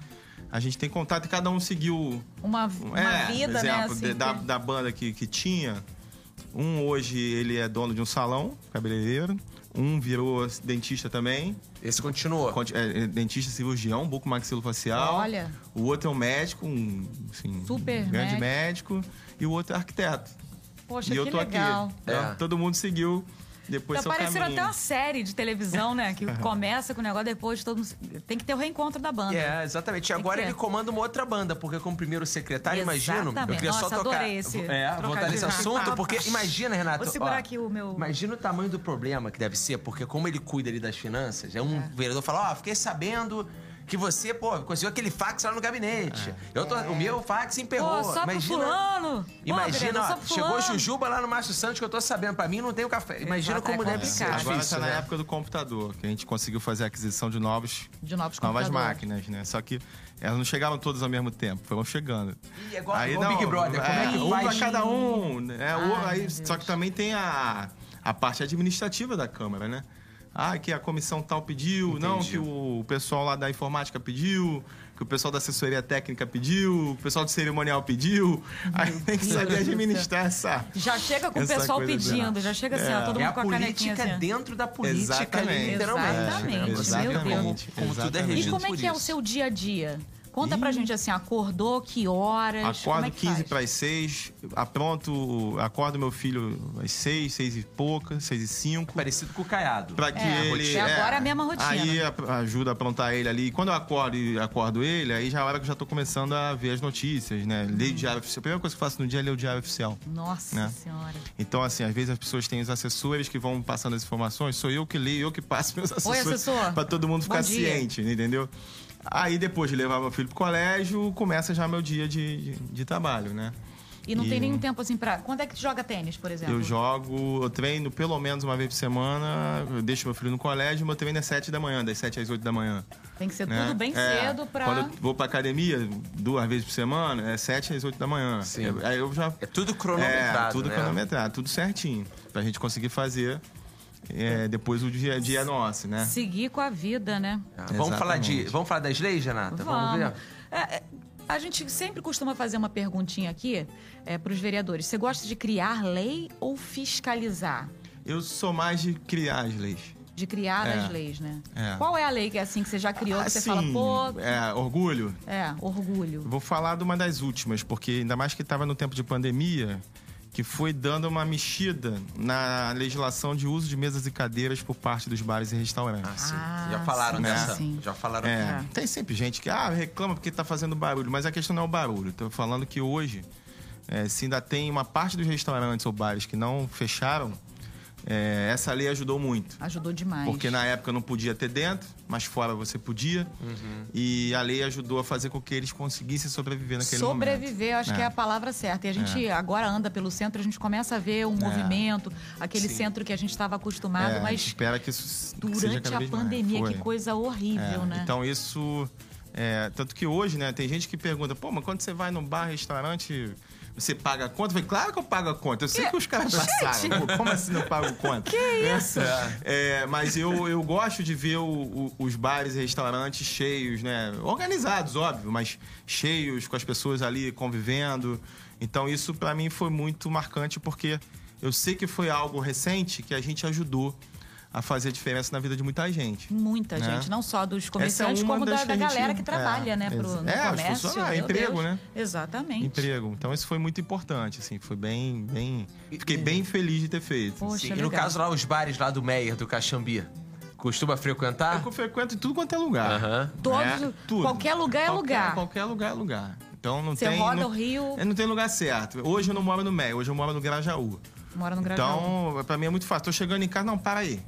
S2: a gente tem contato e cada um seguiu.
S3: Uma, uma
S2: é,
S3: vida,
S2: exemplo,
S3: né? assim,
S2: de- da,
S3: que-
S2: da banda que, que tinha. Um hoje ele é dono de um salão, cabeleireiro. Um virou dentista também,
S1: Esse continuou.
S2: conti- é, é, dentista cirurgião, bucomaxilofacial.
S3: Olha.
S2: O outro é um médico, um assim,
S3: Super
S2: um grande médico. E o outro é arquiteto.
S3: Poxa,
S2: e eu
S3: que
S2: tô
S3: legal.
S2: aqui. Então,
S1: É.
S2: Todo mundo seguiu Depois
S3: tá
S2: seu
S3: parecendo
S2: caminho.
S3: até uma série de televisão, né?
S2: [laughs]
S3: Que começa com o negócio, depois todo mundo... Tem que ter o reencontro da banda.
S1: É, exatamente. E
S3: que
S1: agora
S3: ter.
S1: ele comanda uma outra banda, porque como primeiro secretário, imagino, eu
S3: Exatamente.
S1: queria
S3: Nossa,
S1: só tocar.
S3: adorei esse
S1: é, voltar
S3: trocadilho.
S1: nesse assunto, porque imagina, Renato.
S3: Vou segurar
S1: ó,
S3: aqui o meu-
S1: Imagina o tamanho do problema que deve ser, porque como ele cuida ali das finanças, é um vereador fala, ó, fiquei sabendo que você, pô, conseguiu aquele fax lá no gabinete. Eu tô- o meu fax emperrou.
S3: É. Pô, só
S1: imagina,
S3: pro fulano. Pô,
S1: Imagina,
S3: Adriana, só
S1: ó,
S3: pro
S1: chegou
S3: fulano.
S1: Jujuba lá no Márcio Santos, que eu tô sabendo, pra mim não tem o café. Imagina
S3: Exato,
S1: como
S3: é
S1: deve ser.
S3: complicado.
S2: Agora
S1: difícil,
S2: tá na
S1: né?
S2: época do computador, que a gente conseguiu fazer a aquisição de novos,
S3: De novos
S2: novas
S3: computadores.
S2: máquinas, né? Só que elas não chegaram todas ao mesmo tempo, foram chegando.
S1: Ih, é igual- igual Big Brother, como é que
S2: um
S1: faz?
S2: pra cada um, né? O-
S3: Ai,
S2: aí,
S3: meu
S2: só que também tem a, a parte administrativa da Câmara, né? Ah, que a comissão tal pediu, não, que o pessoal lá da informática pediu, que o pessoal da assessoria técnica pediu, o pessoal do cerimonial pediu. Aí tem que saber
S3: Deus do céu.
S2: administrar essa.
S3: Já chega com o
S2: Essa
S3: pessoal
S2: coisa é
S3: pedindo,
S2: do-
S3: já chega assim, ó, todo
S1: É
S3: mundo
S1: a
S3: com a canetinha
S1: política
S3: assim. ó.
S1: dentro da política,
S2: Exatamente.
S1: literalmente.
S3: Exatamente,
S1: né? Você vê
S3: meu
S1: como-
S2: Deus.
S1: Como, tudo é
S2: Exatamente.
S1: regido
S3: E como é
S1: por
S3: que é o
S1: isso.
S3: seu dia a dia? Conta
S2: Ih.
S3: pra gente assim, acordou, que horas? como
S2: Acordo
S3: é que
S2: 15
S3: faz?
S2: para as 6, apronto, acordo meu filho às 6, 6 e pouca, 6 e 5.
S1: Parecido com o Caiado.
S2: Pra que
S3: É,
S2: ele.
S3: é agora a mesma rotina. né?
S2: Aí a- ajuda a aprontar ele ali. E Quando eu acordo e acordo ele, aí já é a hora que eu já tô começando a ver as notícias, né? Ler o diário oficial. A primeira coisa que eu faço no dia é ler o diário oficial.
S3: Nossa
S2: Né?
S3: senhora.
S2: Então, assim, às vezes as pessoas têm os assessores que vão passando as informações, sou eu que leio, eu que passo [laughs] meus assessores.
S3: assessor.
S2: Pra todo mundo ficar
S3: Bom dia.
S2: ciente, entendeu? Aí, depois de levar meu filho pro colégio, começa já meu dia de, de, de trabalho, né?
S3: E não tem
S2: E-
S3: nenhum tempo assim pra. Quando é que tu joga tênis, por exemplo?
S2: Eu jogo, eu treino pelo menos uma vez por semana, eu deixo meu filho no colégio, meu treino é 7 da manhã, das 7 às 8 da manhã.
S3: Tem que ser
S2: né?
S3: tudo bem
S2: É,
S3: cedo pra.
S2: Quando eu vou pra academia, duas vezes por semana, é 7 às 8 da manhã.
S1: Sim.
S2: É, Aí eu já.
S1: É tudo cronometrado,
S2: É, tudo
S1: né?
S2: cronometrado, tudo certinho. Pra gente conseguir fazer é, depois o dia a dia nosso, né?
S3: Seguir com a vida, né?
S1: Ah, Vamos falar, de,
S2: Exatamente.
S1: vamos falar das leis, Renata? então Vamos, ver?
S3: É, é, a gente sempre costuma fazer uma perguntinha aqui para os vereadores. Você gosta de criar lei ou fiscalizar?
S2: Eu sou mais de criar as leis.
S3: De criar
S2: É.
S3: as leis, né?
S2: É.
S3: Qual é a lei que é assim que você já criou, que você
S2: Assim,
S3: fala, pô,
S2: É, orgulho.
S3: é, orgulho.
S2: Vou falar de uma das últimas, porque ainda mais que estava no tempo de pandemia, que foi dando uma mexida na legislação de uso de mesas e cadeiras por parte dos bares e restaurantes.
S1: Ah, sim.
S3: Ah,
S1: já falaram
S3: sim,
S1: dessa.
S3: sim.
S1: Já falaram.
S2: É, tem sempre gente que ah, reclama porque tá fazendo barulho, mas a questão não é o barulho. Tô falando que hoje, é, se ainda tem uma parte dos restaurantes ou bares que não fecharam, é, essa lei ajudou muito.
S3: Ajudou demais.
S2: Porque na época não podia ter dentro, mas fora você podia. E a lei ajudou a fazer com que eles conseguissem sobreviver naquele momento.
S3: Sobreviver, eu acho
S2: É.
S3: que é a palavra certa. E a gente agora anda pelo centro, a gente começa a ver um movimento, aquele centro que a gente estava acostumado,
S2: É, a gente
S3: Ah, mas
S2: espera que isso seja
S3: durante
S2: cada
S3: a
S2: vez mais.
S3: pandemia,
S2: Foi.
S3: que coisa horrível,
S2: É,
S3: né?
S2: Então isso. é, tanto que hoje, né, tem gente que pergunta, pô, mas quando você vai num bar, restaurante, você paga a conta? Eu falei, claro que eu pago a conta. Eu sei que os [laughs] caras passaram. Pô, como assim não pago conta? Que isso?
S1: É.
S2: mas eu, eu gosto de ver o- o- os bares e restaurantes cheios, né? Organizados, óbvio, mas cheios, com as pessoas ali convivendo. Então isso pra mim foi muito marcante, porque eu sei que foi algo recente que a gente ajudou a fazer diferença na vida de muita gente.
S3: Muita
S2: Né?
S3: gente, não só dos
S2: Essa é
S3: comerciantes,
S2: uma
S3: como da,
S2: das que
S3: da
S2: a gente-
S3: galera que trabalha,
S2: é,
S3: né? Pro,
S2: exa-
S3: no
S2: é, os
S3: comércio.
S2: funcionários,
S3: meu
S2: emprego,
S3: Deus.
S2: né?
S3: Exatamente.
S2: emprego. Então isso foi muito importante, assim, foi bem, bem, fiquei bem feliz de ter feito.
S3: Poxa,
S1: E no
S3: legal.
S1: caso lá, os bares lá do Meyer, do Caxambi, costuma frequentar?
S2: Eu frequento em tudo quanto é lugar.
S1: Aham.
S3: Todos-
S2: né?
S3: qualquer lugar é
S2: Qualquer-
S3: lugar.
S2: Qualquer lugar é lugar. Então não
S3: Você
S2: tem
S3: roda
S2: não,
S3: o Rio.
S2: é, não tem lugar certo. Hoje eu não moro no Mé, hoje eu moro no Grajaú.
S3: Mora no Grajaú.
S2: Então, pra mim é muito fácil. Tô chegando em casa, não, para aí.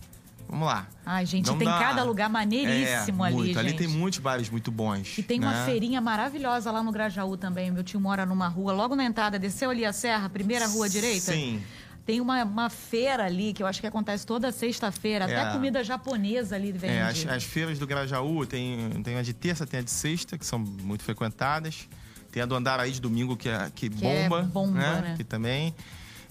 S2: Vamos lá.
S3: Ai, Ah, gente,
S2: Não
S3: tem
S2: dá.
S3: cada lugar maneiríssimo
S2: É,
S3: ali,
S2: muito. Ali
S3: gente.
S2: tem muitos bares muito bons.
S3: E tem uma
S2: né?
S3: feirinha maravilhosa lá no Grajaú também. Meu tio mora numa rua, logo na entrada, desceu ali a serra, primeira rua à direita.
S2: Sim.
S3: Tem uma, uma feira ali que eu acho que acontece toda sexta-feira, até
S2: É.
S3: comida japonesa ali vende.
S2: É, as, as feiras do Grajaú, tem, tem a de terça, tem a de sexta, que são muito frequentadas. Tem a do Andaraí de domingo, que, é, que,
S3: é
S2: bomba.
S3: bomba, né?
S2: Que também.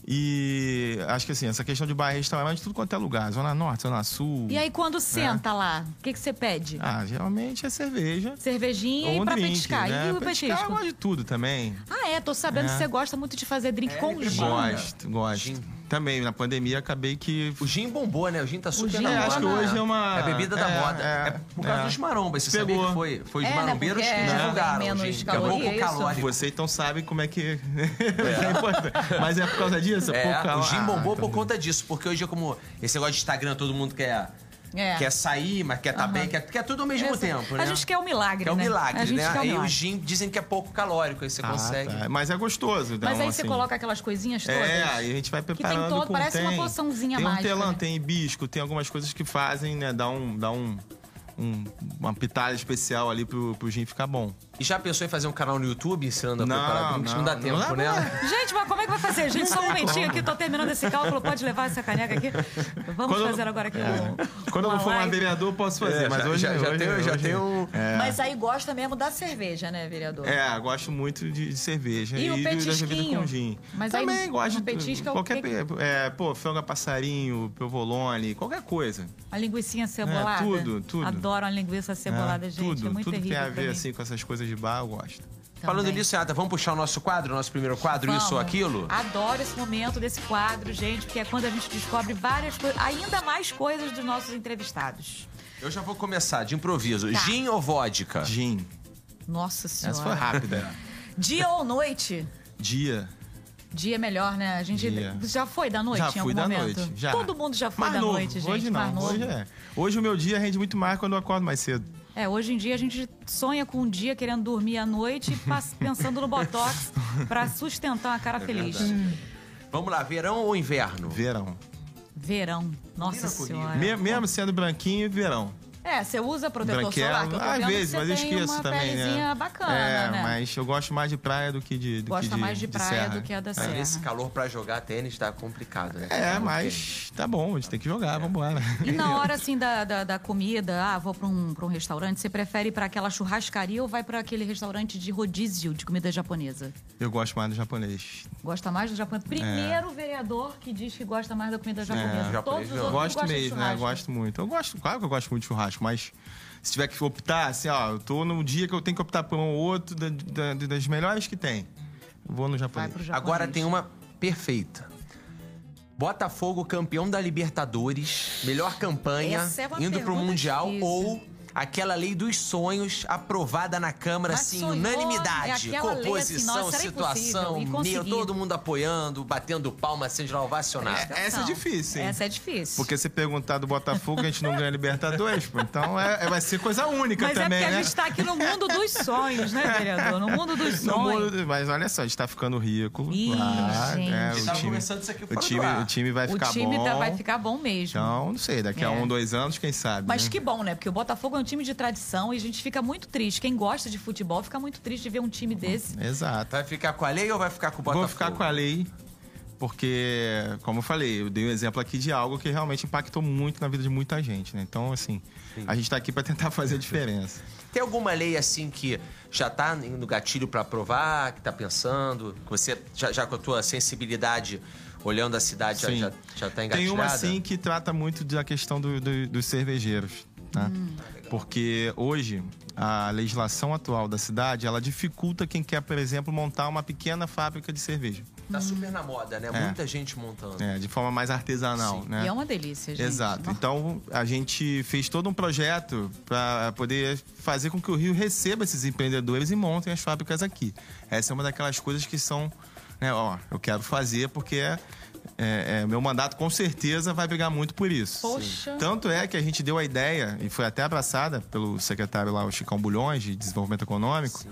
S2: E acho que assim, essa questão de bar e restaurante, tudo quanto é lugar. Zona Norte, Zona Sul.
S3: E aí,
S2: Né?
S3: quando senta lá, o que, que você pede?
S2: Ah, geralmente é cerveja.
S3: Cervejinha
S2: ou
S3: e
S2: um
S3: pra
S2: drink,
S3: petiscar.
S2: Né?
S3: E o
S2: Petiscar eu
S3: petisco?
S2: gosto de tudo também.
S3: Ah, é, tô sabendo
S2: É.
S3: que você gosta muito de fazer drink com gin.
S2: Gosto,
S3: né?
S2: gosto.
S1: Gin.
S2: Também, na pandemia, acabei que...
S1: O gin bombou, né? O gin tá super
S3: gin
S1: na
S2: É,
S1: moda.
S2: acho que hoje é uma...
S1: É a bebida da moda. É, por causa
S2: é.
S1: dos marombas. Você sabia
S2: Pegou.
S1: que foi, foi os
S3: É, né,
S1: marombeiros
S3: porque
S1: que
S3: é,
S1: divulgaram
S3: tem
S1: o
S3: menos
S1: gin. que
S3: caloria,
S1: pouco
S3: isso.
S1: calórico.
S2: Vocês então sabem como é que... [laughs] é importante. Mas é por causa disso?
S1: É,
S2: por causa...
S1: o gin bombou
S2: Ah,
S1: por
S2: então-
S1: conta disso. Porque hoje é como esse negócio de Instagram, todo mundo quer...
S3: É.
S1: Quer sair, mas quer tá bem, quer, quer tudo ao mesmo
S3: Essa-
S1: tempo, né?
S3: A gente quer um milagre,
S1: Quer um
S3: né?
S1: milagre,
S3: A gente
S1: né?
S3: quer um
S1: Aí o
S3: milagre.
S1: gin dizem que é pouco calórico, aí você
S2: Ah,
S1: consegue.
S2: tá. Mas é gostoso.
S3: Mas
S2: então,
S3: aí você
S2: assim.
S3: coloca aquelas coisinhas todas.
S2: É, aí a gente vai
S3: tem
S2: preparando
S3: todo-
S2: com
S3: parece
S2: tem,
S3: uma poçãozinha
S2: Tem
S3: mágica,
S2: um telã,
S3: né?
S2: tem hibisco, tem algumas coisas que fazem, né? Dá um... Dá um, um- uma pitada especial ali pro, pro gin ficar bom.
S1: E já pensou em fazer um canal no YouTube ensinando a
S2: Não,
S1: preparar drinks? Não,
S2: não,
S1: dá
S2: não
S1: tempo,
S2: dá
S1: né?
S2: pra-
S3: Gente, mas como é que vai fazer? Gente, só um momentinho aqui, tô terminando esse cálculo. Pode levar essa caneca aqui? Vamos
S2: Quando- É.
S3: fazer agora aqui um,
S2: Quando eu
S3: uma
S2: for mais
S3: live.
S2: vereador, posso fazer.
S1: É,
S2: mas
S1: já-
S2: hoje
S1: já- já
S2: hoje-
S1: tem- já
S2: hoje-
S1: tem um-
S2: É.
S3: Mas aí gosta mesmo da cerveja, né, vereador?
S2: É, gosto muito de, de cerveja.
S3: E o
S2: do- da cerveja
S3: petisquinho?
S2: com gin.
S3: Mas aí
S2: Também
S3: no-
S2: gosto
S3: no petisco é o
S2: qualquer
S3: que
S2: pe- é, pô, frango a passarinho, provolone, qualquer coisa.
S3: A linguiça
S2: É,
S3: cebolada.
S2: tudo, tudo.
S3: Adoro a linguiça cebolada,
S2: É,
S3: gente.
S2: Tudo,
S3: é muito
S2: tudo que tem
S3: terrível
S2: a
S3: pra
S2: ver
S3: mim.
S2: assim com essas coisas de bar, eu gosto.
S1: Falando
S3: Também.
S1: nisso, Renata, vamos puxar o nosso quadro, o nosso primeiro quadro, isso ou
S3: Vamos. Ah.
S1: aquilo?
S3: Adoro esse momento desse quadro, gente, porque é quando a gente descobre várias coisas, ainda mais coisas dos nossos entrevistados.
S1: Eu já vou começar de improviso.
S3: Tá.
S1: Gin ou vodka?
S2: Gin.
S3: Nossa
S2: Essa foi
S3: senhora.
S2: rápida.
S3: Dia ou noite?
S2: Dia.
S3: Dia é melhor, né? A gente
S2: Dia.
S3: já foi da noite
S2: já
S3: em algum
S2: fui da
S3: momento.
S2: noite. Já.
S3: Todo mundo já foi
S2: Mar
S3: da
S2: novo.
S3: noite, gente.
S2: Hoje não.
S3: Mar novo.
S2: Hoje é. Hoje o meu dia rende muito mais quando eu acordo mais cedo.
S3: É, hoje em dia a gente sonha com um dia querendo dormir
S2: [laughs]
S3: à noite e pas- pensando no Botox pra sustentar uma cara
S2: É
S3: feliz.
S1: Vamos lá, verão ou inverno?
S2: Verão.
S3: Verão. Nossa
S1: Combina comigo.
S3: senhora.
S2: Me- mesmo sendo branquinho, verão.
S3: É, você usa protetor
S2: Branquela,
S3: solar, que tá eu tô
S2: às
S3: vendo
S2: vezes,
S3: que
S2: mas
S3: você
S2: eu
S3: tem
S2: esqueço
S3: uma
S2: também.
S3: pelezinha
S2: é.
S3: bacana,
S2: é,
S3: né?
S2: mas eu gosto mais de praia do que de. Do que
S3: Gosta
S2: de,
S3: mais de praia
S2: serra.
S3: do que a da
S1: Ah,
S3: serra. Então,
S1: Nesse calor pra jogar tênis tá complicado, né?
S2: É, mas tá bom, a gente tem que jogar,
S3: É.
S2: vambora. [laughs]
S3: E na hora, assim, da, da, da comida, ah, vou pra um, pra um restaurante, você prefere ir pra aquela churrascaria ou vai pra aquele restaurante de rodízio de comida japonesa?
S2: Eu gosto mais do japonês.
S3: Gosta mais do
S2: É.
S3: japonês? Primeiro vereador que diz que gosta mais da comida japonesa.
S1: japonês
S3: Todos os
S1: não.
S3: outros
S2: gosto
S3: gostam de
S2: mesmo, né?
S3: churrasco.
S2: Gosto muito. Eu gosto, claro que eu gosto muito de churrasco, mas se tiver que optar, assim, ó, eu tô num dia que eu tenho que optar por um ou outro da- da- das melhores que tem. Eu Vou no
S3: Vai
S2: japonês.
S3: pro japonês.
S1: Agora tem uma perfeita. Botafogo campeão da Libertadores, melhor campanha,
S3: Essa é uma
S1: indo pro
S3: pergunta
S1: Mundial
S3: difícil.
S1: ou aquela lei dos sonhos aprovada na Câmara,
S3: Mas
S1: assim,
S3: Ah, sonhou,
S1: unanimidade,
S3: é aquela lei,
S1: composição,
S3: assim, nossa, era
S1: situação,
S3: impossível, e
S1: meu,
S3: consegui.
S1: todo mundo apoiando, batendo palma, sendo lá ovacionado.
S2: É, essa é
S3: Não,
S2: difícil, hein?
S3: Essa é difícil.
S2: Porque se perguntar do Botafogo, a gente não ganha Libertadores, pô. Então é, é- vai ser coisa única
S3: Mas
S2: também,
S3: é porque
S2: né?
S3: a gente tá aqui no mundo
S2: [laughs]
S3: dos sonhos, né, vereador? No mundo dos
S2: No
S3: sonhos.
S2: mundo- mas olha só, a gente tá ficando rico.
S3: Ih,
S2: Ah,
S3: gente.
S2: né,
S1: Eu tava
S2: o time,
S1: tá conversando isso aqui
S2: o
S1: fora do
S2: time,
S1: ar.
S2: o time vai
S3: o
S2: ficar
S3: time
S2: bom.
S3: tá- vai ficar bom mesmo.
S2: Então, não sei, daqui a
S3: É.
S2: um, dois anos, quem sabe.
S3: Mas
S2: né?
S3: que bom, né? Porque o Botafogo é um time de tradição e a gente fica muito triste. Quem gosta de futebol fica muito triste de ver um time desse.
S2: né? Exato.
S1: Vai ficar com a lei ou vai ficar com o Botafogo?
S2: Vou ficar com a lei, porque, como eu falei, eu dei um exemplo aqui de algo que realmente impactou muito na vida de muita gente, né? Então, assim, a gente tá aqui pra tentar fazer a diferença.
S1: Tem alguma lei assim que já tá no gatilho pra aprovar, que tá pensando? Que você, já, já com a tua sensibilidade, olhando a cidade, já,
S2: Sim.
S1: já, já [laughs] tá
S2: Tem
S1: engatilhada?
S2: uma sim que trata muito da questão do- do- dos cervejeiros, tá?
S3: Hum.
S2: Porque hoje a legislação atual da cidade ela dificulta quem quer, por exemplo, montar uma pequena fábrica de cerveja,
S1: Tá super na moda, né?
S2: É.
S1: Muita gente montando.
S2: né? de forma mais artesanal, né?
S3: E é uma delícia, gente.
S2: Exato.
S3: Nossa.
S2: Então a gente fez todo um projeto para poder fazer com que o Rio receba esses empreendedores e montem as fábricas aqui. Essa é uma daquelas coisas que são, né, ó, eu quero fazer porque é, é, meu mandato com certeza vai brigar muito por isso.
S3: Poxa.
S2: Tanto é que a gente deu a ideia, e foi até abraçada pelo secretário lá, o Chicão Bulhões, de Desenvolvimento Econômico,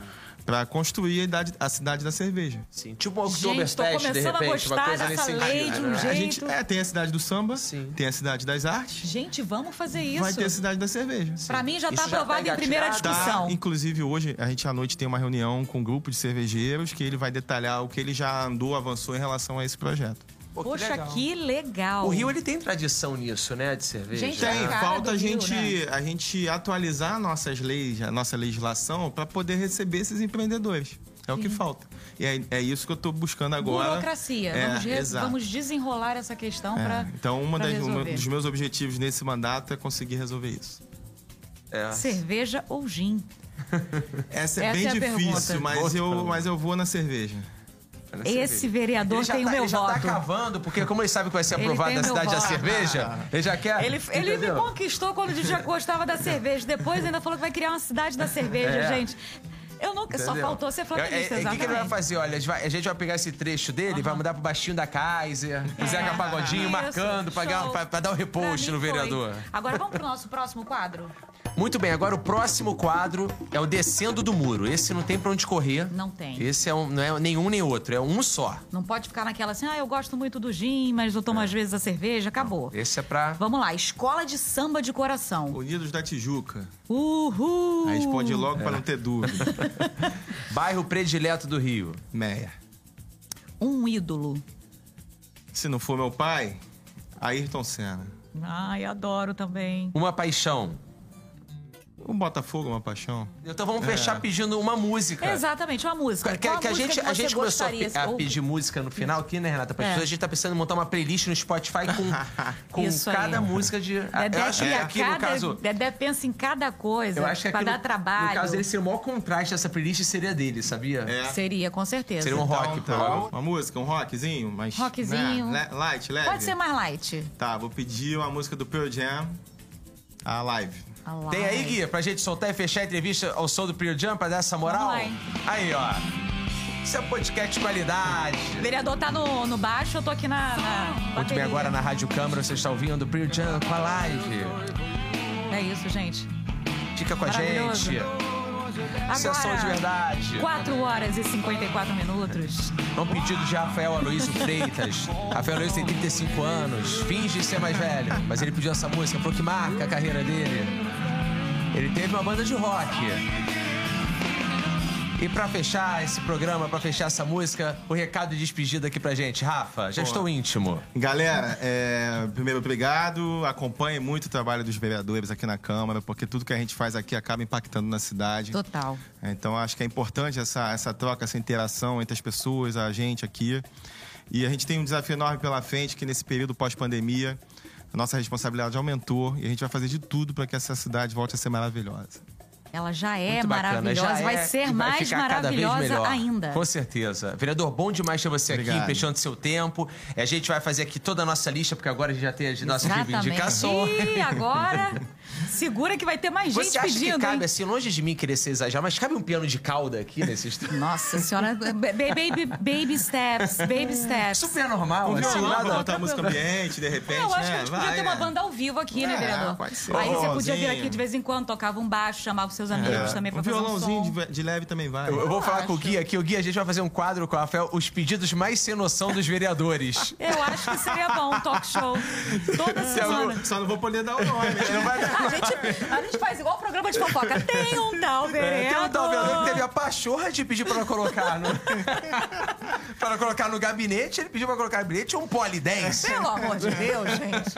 S2: para construir a, idade- a cidade da cerveja.
S1: Sim. Tipo o
S3: Gente, tô
S1: Oktoberfest, de
S3: começando a
S1: repente, uma
S3: gostar
S1: coisa nesse
S3: dessa
S1: sentido.
S3: lei de um
S1: né?
S2: A gente,
S3: jeito.
S2: é, tem a cidade do samba,
S1: Sim.
S2: tem a cidade das artes,
S3: Gente, vamos fazer isso.
S2: Vai ter a cidade da cerveja.
S3: Pra mim já tá
S1: Isso já tá
S3: aprovado em primeira
S1: engatilhado.
S2: Tá,
S3: discussão.
S2: inclusive hoje a gente à noite tem uma reunião com um grupo de cervejeiros que ele vai detalhar o que ele já andou, avançou em relação a esse projeto.
S1: Pô, que
S3: Poxa,
S1: legal.
S3: que legal.
S1: O Rio, ele tem tradição nisso, né? De cerveja.
S3: Gente,
S1: né?
S3: é
S2: Tem,
S3: cara
S2: falta
S3: do
S2: a
S3: Rio, né?
S2: gente, a gente atualizar nossas leis, a nossa legislação para poder receber esses empreendedores. É o que falta. E é, é isso que eu tô buscando agora.
S3: Burocracia.
S2: É,
S3: vamos, re-
S2: exato.
S3: vamos desenrolar essa questão
S2: É,
S3: pra.
S2: Então, uma
S3: pra
S2: das- um
S3: resolver.
S2: dos meus objetivos nesse mandato é conseguir resolver isso.
S1: É.
S3: Cerveja ou gin.
S2: Essa é
S3: Essa
S2: bem
S3: é a pergunta.
S2: difícil, mas
S1: Gosto,
S2: eu,
S1: pelo
S2: mas eu vou na cerveja.
S3: Esse vereador
S1: Ele já
S3: tem
S1: tá,
S3: o meu
S1: ele já tá
S3: voto.
S1: cavando, porque como ele sabe que vai ser
S3: Ele
S1: aprovado
S3: tem
S1: na
S3: meu
S1: cidade da
S3: voto.
S1: cerveja,
S2: Ah.
S1: ele já quer.
S3: Ele, ele me
S1: É, entendeu?
S3: conquistou quando o já gostava da cerveja. Depois ainda falou que vai criar uma cidade da cerveja,
S1: É.
S3: gente. Eu nunca. Só
S1: Entendeu?
S3: faltou ser
S1: É,
S3: flamenguista,
S1: é, é, O que,
S3: exatamente.
S1: que ele vai fazer? Olha, a gente vai- a gente vai pegar esse trecho dele, vai mudar pro baixinho da Kaiser, o Zeca Pagodinho
S3: É, Isso,
S1: marcando pra, ganhar- um-
S3: show.
S1: pra- pra dar o
S3: Pra mim
S1: repost no
S3: foi.
S1: vereador.
S3: Agora vamos pro nosso próximo quadro?
S1: Muito bem, agora o próximo quadro é o Descendo do Muro. Esse não tem pra onde correr.
S3: Não tem.
S1: Esse é um- não é nenhum nem outro, é um só.
S3: Não pode ficar naquela assim, ah, eu gosto muito do gin, mas eu
S1: É.
S3: tomo às vezes a cerveja. Acabou.
S1: Esse é pra.
S3: Vamos lá, escola de samba de coração.
S2: Unidos da Tijuca.
S3: Uhul!
S2: Aí a gente pode ir logo pra não ter dúvida.
S1: Bairro predileto do Rio.
S2: Meia.
S3: Um ídolo.
S2: Se não for meu pai, Ayrton Senna.
S3: Ai, adoro também.
S1: Uma paixão.
S2: Um Botafogo, é uma paixão.
S1: Então vamos fechar pedindo uma música.
S3: Exatamente, uma música.
S1: Que,
S3: Qual
S1: que a
S3: música
S1: gente,
S3: que
S1: a
S3: você
S1: gente começou a,
S3: gostaria? assim?
S1: pe- a
S3: Ou-
S1: pedir música no final aqui, né, Renata? Pra
S3: É.
S1: pessoas, A gente tá pensando em montar uma playlist no Spotify
S3: [laughs]
S1: com, com
S3: Isso aí.
S1: cada música de.
S3: Dedé,
S1: eu Ah, é, acho que
S3: cria
S1: aqui,
S3: cada,
S1: no caso.
S3: Dedé pensa em cada coisa
S1: Eu acho que
S3: pra
S1: aqui.
S3: dar
S1: no,
S3: trabalho.
S1: No caso dele, seria o maior contraste dessa playlist seria dele, sabia?
S2: É.
S3: Seria, com certeza.
S1: Seria um rock,
S2: tá.
S1: provavelmente.
S2: Uma música, um rockzinho, mas.
S3: Rockzinho.
S2: né, le- light, leve.
S3: Pode ser mais light.
S2: Tá, vou pedir uma música do Pearl Jam, a live.
S3: A
S1: Tem aí,
S3: light.
S1: Guia, pra gente soltar e fechar a entrevista ao som do Pearl Jam pra dar essa moral?
S3: Vamos lá, hein?
S1: Aí, ó. Isso é podcast de qualidade.
S3: O vereador tá no, no baixo, eu tô aqui na. na
S1: Muito bem,
S3: bateria.
S1: é agora na Rádio Câmara, você está ouvindo o Pearl Jam com a live.
S3: É isso, gente.
S1: Fica com a
S3: Maravilhoso.
S1: gente. Isso é som de verdade.
S3: 4 horas e 54 minutos.
S1: É um pedido de Rafael Aloysio Freitas. Rafael Aloysio tem 35 anos, finge ser mais velho, mas ele pediu essa música, falou que marca a carreira dele. Ele teve uma banda de rock. E pra fechar esse programa, pra fechar essa música, o recado de despedida aqui pra gente. Rafa, já estou íntimo.
S2: Galera, é, primeiro, obrigado. Acompanhe muito o trabalho dos vereadores aqui na Câmara, porque tudo que a gente faz aqui acaba impactando na cidade.
S3: Total.
S2: Então, acho que é importante essa, essa troca, essa interação entre as pessoas, a gente aqui. E a gente tem um desafio enorme pela frente, que nesse período pós-pandemia, a nossa responsabilidade aumentou e a gente vai fazer de tudo para que essa cidade volte a ser maravilhosa.
S3: Ela já é
S1: Muito bacana,
S3: maravilhosa,
S1: já
S3: vai
S1: é, e
S3: ser
S1: vai
S3: mais
S1: ficar cada vez
S3: maravilhosa
S1: melhor.
S3: ainda.
S1: Com certeza. Vereador, bom demais ter você aqui,
S2: Obrigado.
S1: emprestando seu tempo. A gente vai fazer aqui toda a nossa lista, porque agora a gente já tem as nossas reivindicações.
S3: Exatamente. E agora, segura que vai ter mais gente
S1: Você acha
S3: pedindo.
S1: que cabe,
S3: hein?
S1: assim, longe de mim querer ser exagerado, mas cabe um piano de cauda aqui nesse estúdio?
S3: Nossa senhora, ba- baby, baby steps, baby steps.
S1: Super normal,
S2: Um
S1: assim,
S2: violão,
S1: nada...
S2: botar música ambiente, de repente,
S3: É, eu acho que
S2: né?
S3: a gente podia
S2: Vai,
S3: ter uma
S2: é.
S3: banda ao vivo aqui, né,
S2: É,
S3: vereador?
S2: pode ser.
S3: Aí você podia vir
S2: Forrozinho.
S3: aqui de vez em quando, tocava um baixo, chamava os
S1: É.
S3: seus amigos também pra
S2: um
S3: fazer
S2: violãozinho
S3: um som.
S2: de, de leve também
S1: [laughs]
S2: vai.
S1: Eu, eu vou falar com o
S3: acho.
S1: Gui aqui. O Gui, a gente vai fazer um quadro com o Rafael, os pedidos mais sem noção dos [laughs] vereadores.
S3: Eu acho que seria bom um talk show toda
S1: é
S3: semana.
S2: Só não vou poder dar o nome. né?
S1: Não
S3: [laughs]
S1: vai dar.
S3: A gente, a gente faz igual o programa de fofoca. Tem um tal vereador.
S1: Tem um tal vereador que teve a pachorra de pedir pra colocar no... [laughs] pra colocar no gabinete, ele pediu pra colocar no gabinete um polidense.
S3: Pelo amor de Deus, gente.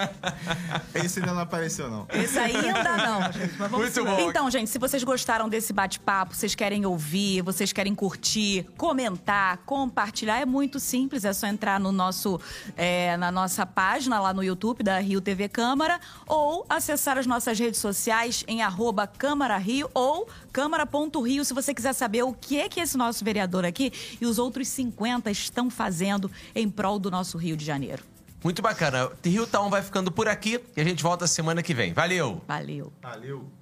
S2: Esse ainda não apareceu, não.
S3: Esse ainda não, gente. Mas vamos
S1: Muito
S3: seguir.
S1: bom.
S3: Então, gente, se vocês gostaram desse bate-papo, vocês querem ouvir, vocês querem curtir, comentar, compartilhar, é muito simples. É só entrar no nosso, é, na nossa página lá no YouTube da Rio TV Câmara ou acessar as nossas redes sociais em arroba Câmara Rio ou câmara.rio se você quiser saber o que é que esse nosso vereador aqui e os outros 50 estão fazendo em prol do nosso Rio de Janeiro.
S1: Muito bacana. Rio Town vai ficando por aqui e a gente volta semana que vem. Valeu!
S3: Valeu!
S2: Valeu.